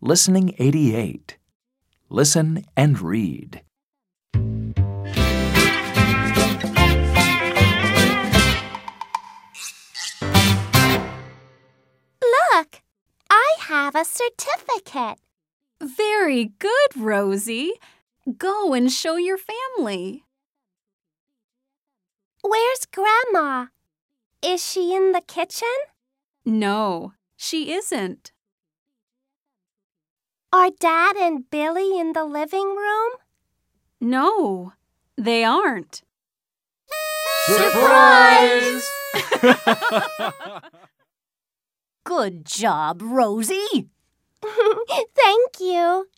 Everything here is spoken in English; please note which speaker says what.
Speaker 1: Listening 88. Listen and read.
Speaker 2: Look, I have a certificate.
Speaker 3: Very good, Rosie. Go and show your family.
Speaker 2: Where's Grandma? Is she in the kitchen?
Speaker 3: No, she isn't.
Speaker 2: Are Dad and Billy in the living room?
Speaker 3: No, they aren't.
Speaker 2: Surprise!
Speaker 4: Good job, Rosie.
Speaker 2: Thank you.